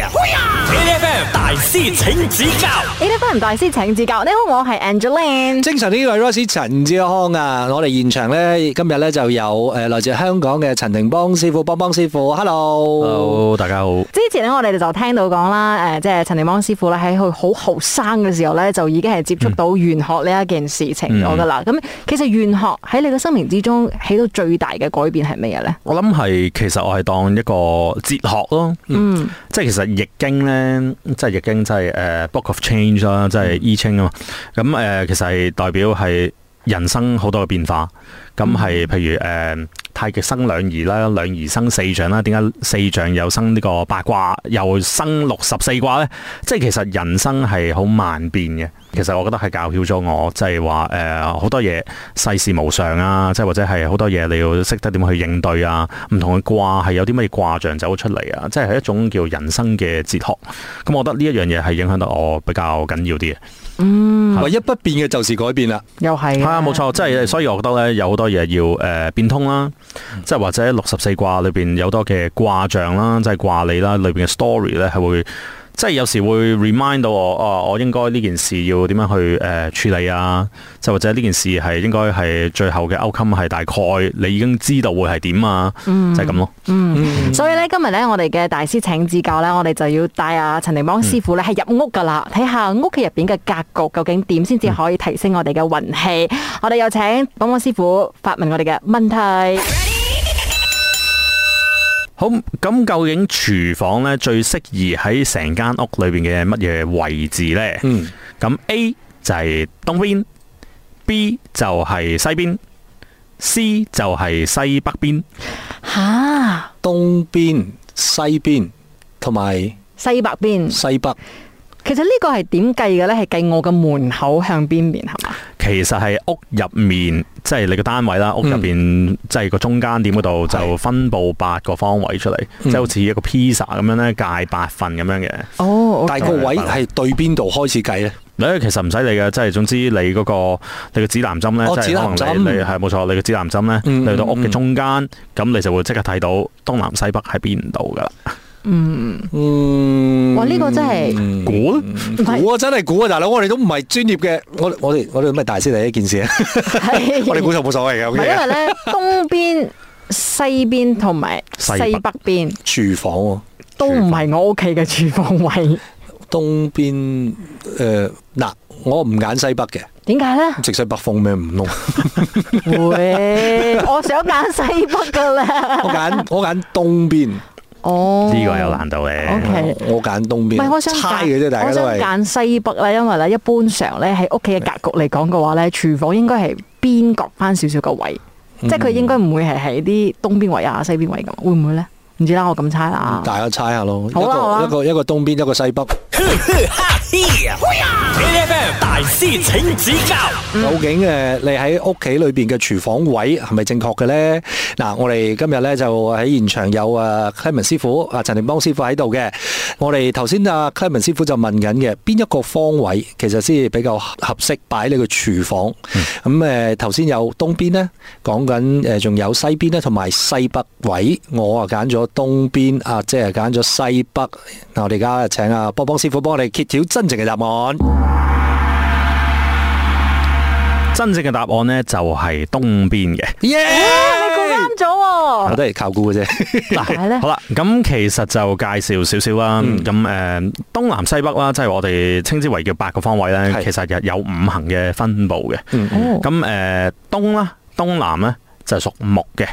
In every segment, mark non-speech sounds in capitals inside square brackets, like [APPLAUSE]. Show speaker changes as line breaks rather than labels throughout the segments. F.M. 大師請指教
呢啲人大師請指教，你好，我係 Angeline。
精神呢位 Royce 陳志康啊，我哋現場咧今日咧就有誒來自香港嘅陳定邦師傅，邦邦師傅，hello。
Hello，大家好。
之前咧，我哋就聽到講啦，誒、即係陳定邦師傅咧，喺佢好後生嘅時候咧，就已經係接觸到玄學呢一件事
嗯
情咗噶啦。咁、其實玄學喺你嘅生命之中起到最大嘅改變係咩嘢咧？
我諗係其實我係當一個哲學咯，
嗯，
即係其實易經咧，即係易經即係誒 Book of Change 啦，即係 I Ching 啊嘛。咁誒、呃其實係代表係人生好多嘅變化。咁係譬如誒、呃太極生兩儀啦，兩儀生四象啦。點解四象又生呢個八卦，又生六十四卦咧？即係其實人生係好萬變嘅。其實我覺得係教曉咗我，即係話誒好多嘢世事無常啊，即係或者係好多嘢你要識得點去應對啊。唔同嘅卦係有啲乜嘢卦象走出嚟啊，即係一種叫人生嘅哲學。咁我覺得呢一樣嘢係影響到我比較緊要啲嘅。
唯一不變嘅就是改變啦。
又係
係啊，冇。錯，即係所以我覺得咧有好多嘢要誒、呃、變通啦，即係或者六十四卦裏邊有好多嘅卦象啦，即係卦理啦，裏邊嘅 story 咧係會。即係有時會 remind 到我，哦，我應該呢件事要點樣去誒、呃、處理啊？就或者呢件事係應該係最後嘅 outcome 係大概你已經知道會係點啊？就係咁咯。
所以咧，今日咧，我哋嘅大師請指教咧，我哋就要帶阿陳定邦師傅咧
嗯
係入屋噶啦，睇下屋企入邊嘅格局究竟點先至可以提升我哋嘅運氣。我哋有請邦邦師傅發問我哋嘅問題。
好，咁究竟廚房咧最適宜喺成間屋裏邊嘅乜嘢位置呢？
嗯，
咁 A 就係東邊，B 就係西邊，C 就係西北邊。
吓，
東邊、西邊同埋
西北邊，
西北，
其實呢個係點計嘅咧？係計我嘅門口向邊邊係嘛？
其實係屋入面，即係你個單
嗯
位啦，屋入邊即係個中間點嗰度就分佈八個方位出嚟，即
嗯
係好似一個 pizza 咁樣咧，界八份咁樣嘅。
哦
但係個位係對邊度開始計咧？
咧其實唔使理嘅，即係總之你嗰、個你個指南針咧，
哦
即係可
指南針
能你你係冇錯，你個指南針咧，
嗯
你去到屋嘅中間，咁你就會即刻睇到東南西北喺邊度噶啦。
嗯，
哇呢個真係
估咧
估啊，真係估啊，大佬，我哋都唔係專業嘅，我我哋我哋咩大師嚟
[LAUGHS]
一件事啊，
係
我哋估就冇所謂嘅
唔係因為
，OK。
咧東邊、西邊同埋西
西
北
北
邊
廚房喎，
都唔係我屋企嘅廚房
[LAUGHS]
位，
東邊誒嗱，我唔揀西北嘅，
點解咧？
直西北風咩唔弄？
會，我想揀西北噶啦。
[LAUGHS] 我揀我揀東邊，
哦，
呢個有難度嘅。
OK
我揀東邊。啊
唔係，我想
猜
揀
嘅啫，大家都
我
係。
想揀西北咧，因為咧一般上咧喺屋企嘅格局嚟講嘅話咧，廚房應該係邊角翻少少個位，
嗯
即係佢應該唔會係喺啲東邊位啊、西邊位咁，會唔會咧？唔知啦，我咁猜啦。
大家猜下咯，一
啊好啦啊好啦
個一個一個東邊，一個西北。
，A F M 大師請指教
究竟誒你喺屋企裏邊嘅廚房位係咪正確嘅咧？嗱，我哋今日咧就喺現場有啊 Clement 師傅、啊陳定邦師傅喺度嘅。我哋頭先啊 Clement 師傅就問緊嘅邊一個方位其實先至比較合適擺你個廚房。咁誒頭先有東邊咧，講緊誒仲有西邊咧，同埋西北位。我啊揀咗東邊，啊即係揀咗西北。嗱，我哋而家請啊邦邦師傅幫我哋揭曉真正嘅答案。
真正嘅答案呢，就係東邊嘅。
耶！
啱咗喎
我，都係靠估嘅啫。
點解咧
好？啦，咁其實就介紹少少啦。
嗯
咁誒、東南西北啦，即係我哋稱之為叫八個方位咧
係，
其實有五行嘅分布嘅。
嗯
哦
咁誒、呃東啦，東南咧就係屬木嘅。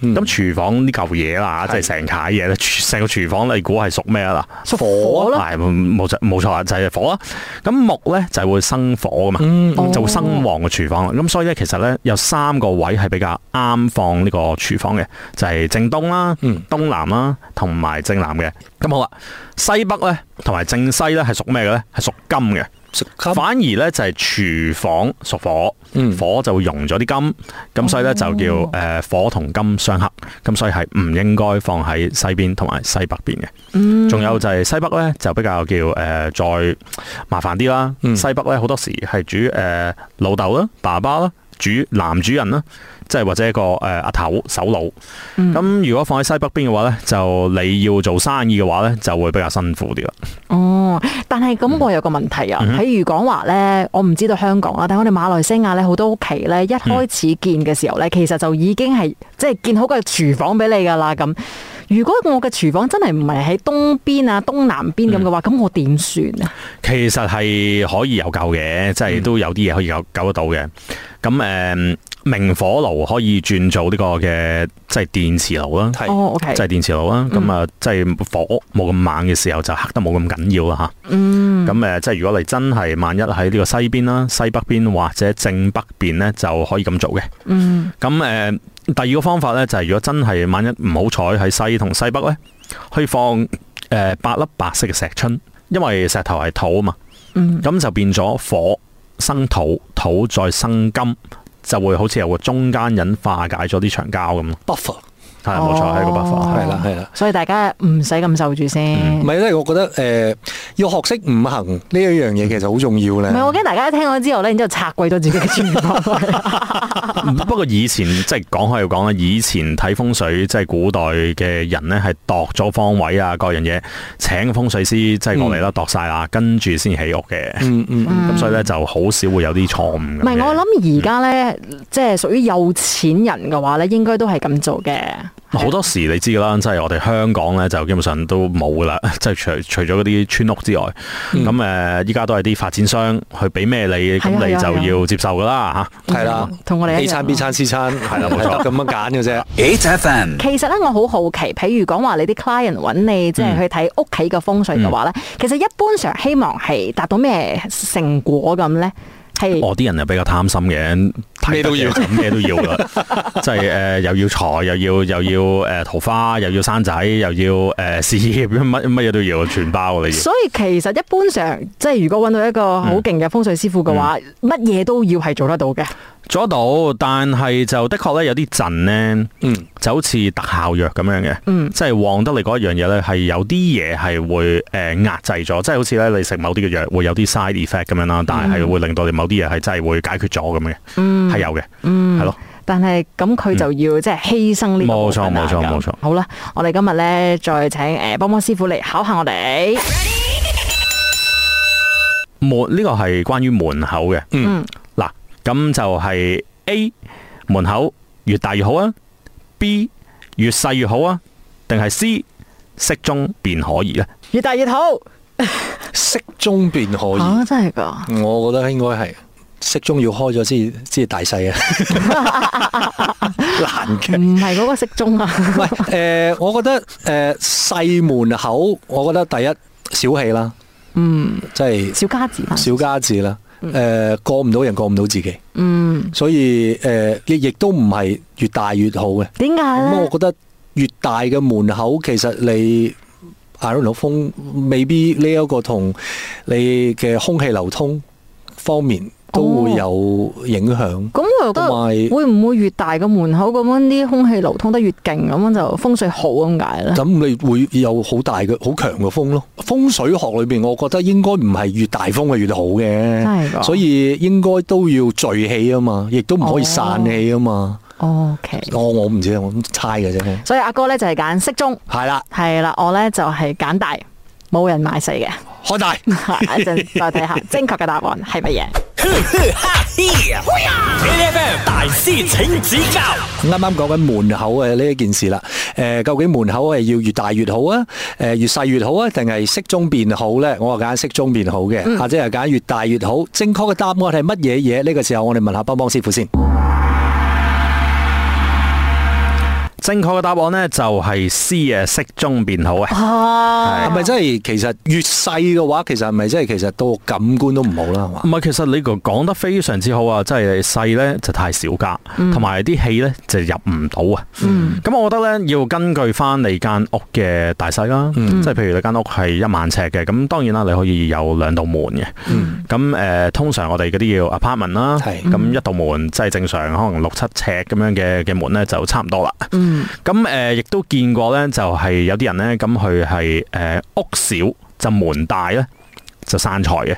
嗯
咁廚房呢嚿嘢啦，即係成架嘢咧，廚成個廚房你估係屬咩啊啦？
屬火啦
係冇冇錯冇錯啊，就係火啦。咁木咧就係會生火噶嘛，
嗯
就會生旺個廚房啦。咁所以咧，其實咧有三個位係比較啱放呢個廚房嘅，就係、正東啦、
嗯
東南啦，同埋正南嘅。咁
啊
好啦，西北咧同埋正西咧係屬咩嘅咧？係屬金嘅。
食金
反而咧就係廚房屬火，
嗯
火就會溶咗啲金，咁所以咧就叫誒、呃火同金相克，咁所以係唔應該放喺西邊同埋西北邊嘅。仲、有就係西北咧就比較叫誒、呃再麻煩啲啦，西北咧好多時係煮誒、呃老豆啦、爸爸啦。主男主人啦，即係或者一個誒阿、頭首腦。咁、如果放喺西北邊嘅話咧，就你要做生意嘅話咧，就會比較辛苦啲啦。
哦，但係咁我有個問題啊，喺如講話咧，我唔知道香港啊，但係我哋馬來西亞咧好多屋企咧，一開始建嘅時候咧，其實就已經係即係建好個廚房俾你㗎啦咁。如果我嘅廚房真係唔係喺東邊啊、東南邊咁嘅話，咁、我點算啊？
其實係可以有救嘅，即係都有啲嘢可以有救得到嘅。咁誒、明火爐可以轉做呢個嘅即係電磁爐啦。
係
哦，OK，
即係電磁爐啦，咁啊，即係火冇咁猛嘅時候就黑得冇咁緊要啦吓。
嗯，
咁誒，即係如果你真係萬一喺呢個西邊啦、西北邊或者正北邊咧，就可以咁做嘅。
嗯，
咁誒、呃第二個方法咧，就係、如果真係萬一唔好彩喺西同西北咧，可以放誒、呃八粒白色嘅石春，因為石頭係土啊嘛。
嗯
咁就變咗火生土，土再生金，就會好似有個中間人化解咗啲長膠咁咯。
buffer
係啊冇錯，係一個 buffer
哦
係
係啦係啦。嗯
所以大家唔使咁受住先。
唔係咧，我覺得誒、呃要學識五行呢一樣嘢其實好重要咧
唔。係，我驚大家聽咗之後咧，然之後拆鬼咗自己嘅廚房。
啊不過以前即係講開又講啦，啊以前睇風水即係古代嘅人咧，係度咗方位啊，各樣嘢，請個風水師即係過嚟啦，度晒啦，跟住先起屋嘅。咁、
嗯嗯，嗯
所以咧就好少會有啲錯誤咁嘅。
唔係，我諗而家咧，即係屬於有錢人嘅話咧，應該都係咁做嘅。
好多時你知㗎啦，即係我哋香港咧就基本上都冇㗎啦，即係除除咗嗰啲村屋之外，
嗯
咁呃誒依家都係啲發展商去俾咩你，咁
係啊
你
係啊
就要接受㗎啦嚇。
係啦，
同我哋一樣啊
A 餐 B 餐 C 餐係啦，冇錯咁樣揀嘅啫。
8FM,
其實咧，我好好奇，譬如講話你啲 client 揾你，即係
嗯
去睇屋企嘅風水嘅話咧，其實一般上希望係達到咩成果咁咧？係
我哦啲人就比較貪心嘅，睇
咩都要
得嘅就咩都要啦，
[LAUGHS]
即係誒又要財，又要又要誒、呃桃花，又要生仔，又要誒、呃事業，乜乜嘢都要，全包你要。
嗯
所以其實一般上，即係如果揾到一個好勁嘅風水師傅嘅話，
嗯
乜嘢都要係做得到嘅。
做得到，但係就的確咧有啲陣咧，
嗯，
就好似特效藥咁樣嘅，
嗯
即係旺得嚟嗰一樣嘢咧，係有啲嘢係會誒壓制咗，即係好似咧你食某啲嘅藥會有啲 side effect 咁樣啦，但
嗯
係係會令到你某啲嘢係真係會解決咗咁嘅，係、有嘅，係、
嗯
咯。
但係咁佢就要即係犧牲呢個部分
嗯冇錯冇
啦
錯
咁
冇錯
好啦，我哋今日咧再請誒幫幫師傅嚟考下我哋。
門呢、個係關於門口嘅。
嗯，
嗱，咁就係 A 門口越大越好啊，B 越細越好啊，定係 C 適中便可以咧？啊
越大越好。
適中便可以。
啊，真係噶。
我覺得應該係適中要開咗先先至大細
[LAUGHS]
啊，難嘅。
唔係嗰個適中啊，
喂，誒、我覺得誒、細門口，我覺得第一小氣啦，嗯，即係
小家子啊嘛。
小家子啦，誒、過唔到人過唔到自己，
嗯，
所以誒，亦、亦都唔係越大越好嘅。
點解
咁我
咧？
覺得越大嘅門口，其實你 I don't know 風未必呢一個同你嘅空氣流通方面都
哦
會有影響。
咁我又覺
同埋
得會唔會越大嘅門口咁樣啲空氣流通得越勁，咁樣就風水好咁解咧？
咁你會有好大嘅、好強嘅風咯。風水學裏邊，我覺得應該唔係越大風嘅越好
係㗎
嘅，所以應該都要聚氣啊嘛，亦都唔可以
哦
散氣啊嘛。
O K，
我我唔知啊，我猜嘅啫。
所以阿哥咧就係揀適中，
係啦，
係啦，我咧就係揀大，冇人買
[LAUGHS]
細嘅。
開大。
一陣再睇下正確嘅答案係乜嘢。
A F M 大師請指教
啱啱講緊門口嘅呢一件事啦，誒、究竟門口係要越大越好啊，誒、越細越好啊，定係適中便好呢？我話啊揀適中便好嘅，或者係揀越大越好。正確嘅答案係乜嘢嘢？呢、個時候我哋問下邦邦師傅先。
正確嘅答案呢，就係 C 嘅適中便好啊。
啊，
係咪真係其實越細嘅話，其實係咪真係其實到感官都唔好啦？係嘛
唔？係，其實你講得非常之好啊！即係細呢就太小家，同埋啲氣呢就入唔到啊。
嗯
咁我覺得呢，要根據翻你間屋嘅大細啦，即係譬如你間屋係一萬尺嘅，咁當然啦，你可以有兩道門嘅。咁誒、呃通常我哋嗰啲叫 apartment 啦，
係
咁一道門即係正常可能六七尺咁樣嘅嘅門呢就差唔多啦。
嗯
咁誒亦都見過呢，就係有啲人呢，咁佢係誒屋小就門大呢，就生財嘅。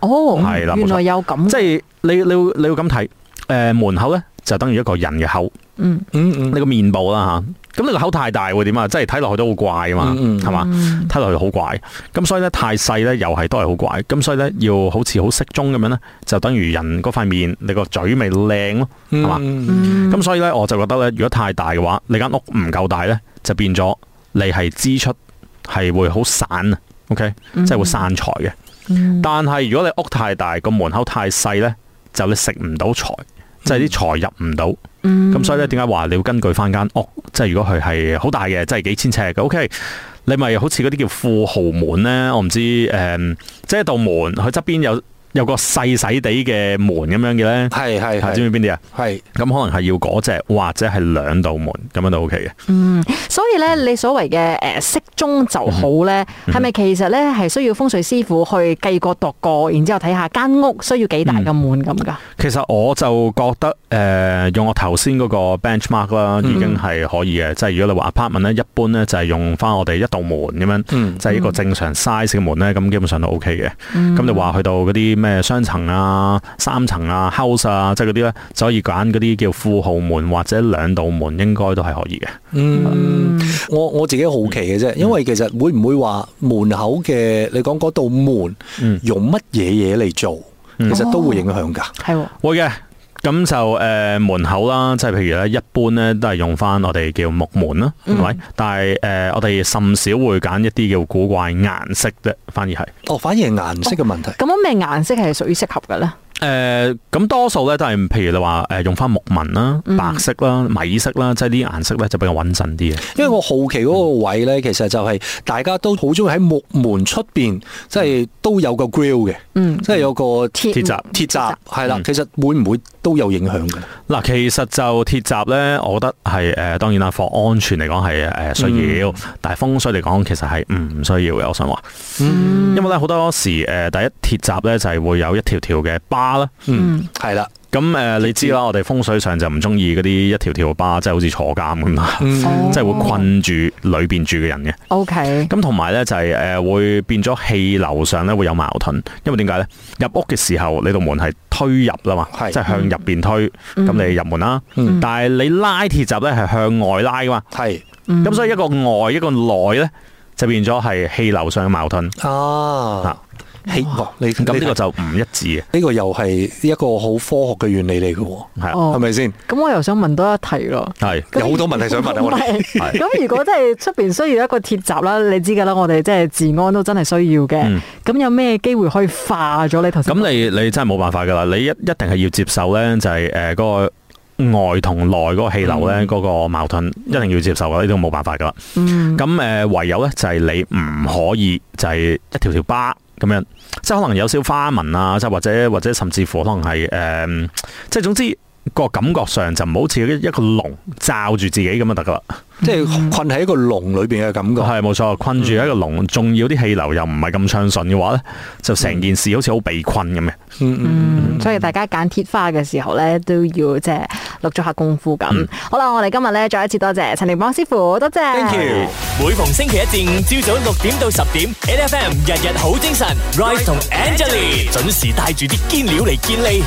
哦，
係啦冇錯
原來有咁，
即係你你要你要咁睇，誒門口咧就等於一個人嘅口，
嗯，
嗯嗯
你個面部啦嚇。咁你個口太大會點啊？即係睇落去都好怪啊嘛，
嗯嗯
係嘛、睇落去好怪。咁所以咧太細咧又係都係好怪。咁所以咧要好似好適中咁樣咧，就等於人嗰塊面你個嘴咪靚咯，係嘛？
嗯
咁所以咧，我就覺得咧，如果太大嘅話，你間屋唔夠大咧，就變咗你係支出係會好散啊。OK，即
嗯
係會散財嘅。
嗯
但係如果你屋太大，個門口太細咧，就你食唔到財，即係啲財入唔到。咁所以咧，點解話你要根據翻間屋？即係如果佢係好大嘅，即係幾千尺嘅，OK，你咪好似嗰啲叫富豪門咧，我唔知誒、嗯即係一道門，佢側邊有有個細細地嘅門咁樣嘅咧，
係係
知
係
唔知邊啲啊？
係
咁可能係要嗰只或者係兩道門咁樣都 OK 嘅。
所以咧，你所謂嘅誒適中就
嗯
好咧，係咪其實咧係需要風水師傅去計過度過，然之後睇下間屋需要幾大嘅門咁噶？
嗯
其實我就覺得誒、呃用我頭先嗰個 benchmark 啦，
嗯
已經係可以嘅。即係如果你話 apartment 咧，一般咧就係用翻我哋一道門咁樣，
嗯
即係一個正常 size 嘅門咧，咁基本上都 OK 嘅。咁、你話去到嗰啲咩雙層啊、三層啊、house 啊，即係嗰啲咧，就可以揀嗰啲叫富豪門或者兩道門，應該都係可以嘅。
嗯，我我自己好奇嘅啫，因為其實會唔會話門口嘅你講嗰道門
嗯
用乜嘢嘢嚟做，其實都會影響㗎。
係喎，
會嘅。咁就誒、呃、門口啦，即係譬如咧，一般咧都係用翻我哋叫木門啦，係咪、但係誒、呃我哋甚少會揀一啲叫古怪顏色啫，反而係
哦，反而係顏色嘅問題。
咁樣咩顏色係屬於適合嘅咧？
誒呃咁多數咧都係譬如你話呃誒用翻木紋啦、白色啦、米色啦，即係呢啲顏色咧就比較穩陣啲嘅。
因為我好奇嗰個位咧，其實就係大家都好中意喺木門出邊，即係都有個 grill 嘅，
嗯，
即係有個
鐵
鐵閘
鐵閘，係啦
嗯。
其實會唔會都有影響㗎？
嗱，其實就鐵閘咧，我覺得係誒、呃、當然啦，放安全嚟講係誒需要，但係風水嚟講其實係唔需要嘅。我想話，因為咧好多時誒、呃第一鐵閘咧就係、會有一條條嘅巴啦。
嗯，係啦。
咁誒、呃你知啦，我哋風水上就唔中意嗰啲一條條巴，即係好似坐監咁啦，
哦
即係會困住裏邊住嘅人嘅。
OK，
咁同埋咧就係、誒、會變咗氣流上咧會有矛盾，因為點解咧？入屋嘅時候你道門係推入啦嘛，
係
即係向入邊推，咁、你入門啦。
嗯
但係你拉鐵閘咧係向外拉噶嘛，
係
咁、所以一個外一個內咧就變咗係氣流上嘅矛盾。
啊，希望你
咁呢個
你
就唔一致嘅，
呢個又係一個好科學嘅原理嚟嘅喎，
係啊
哦
係咪先？
咁我又想問多一題咯。
係。
有好多問題想問啊！
唔
我哋 [LAUGHS]
係，咁如果真係出邊需要一個鐵閘啦，你知㗎啦，我哋即係治安都真係需要嘅。
嗯
咁、有咩機會可以化咗你頭先？
咁你你真係冇辦法噶啦，你一一定係要接受咧，就係誒嗰個外同內嗰個氣流
嗯
咧，嗰、個矛盾一定要接受噶，呢度冇辦法噶啦。
嗯
咁誒、呃唯有咧就係、你唔可以就係、一條條巴咁樣，即係可能有少花紋啊，即係或者或者甚至乎可能係誒、呃即係總之個感覺上就唔好似一一個籠罩住自己咁就得噶啦。
即係困喺一個籠裏邊嘅感覺。
係冇錯，困住喺一個籠，仲要啲氣流又唔係咁暢順嘅話咧，就成件事好似好被困咁嘅。
嗯嗯
嗯，所以大家揀鐵花嘅時候咧，都要即係落咗下功夫咁。好啦，我哋今日咧再一次多謝陳定邦師傅，多謝。
，thank you。
每逢星期一至五朝早六點到十點，N F M 日日好精神，Rise 同 Angelie 準時帶住啲堅料嚟健利。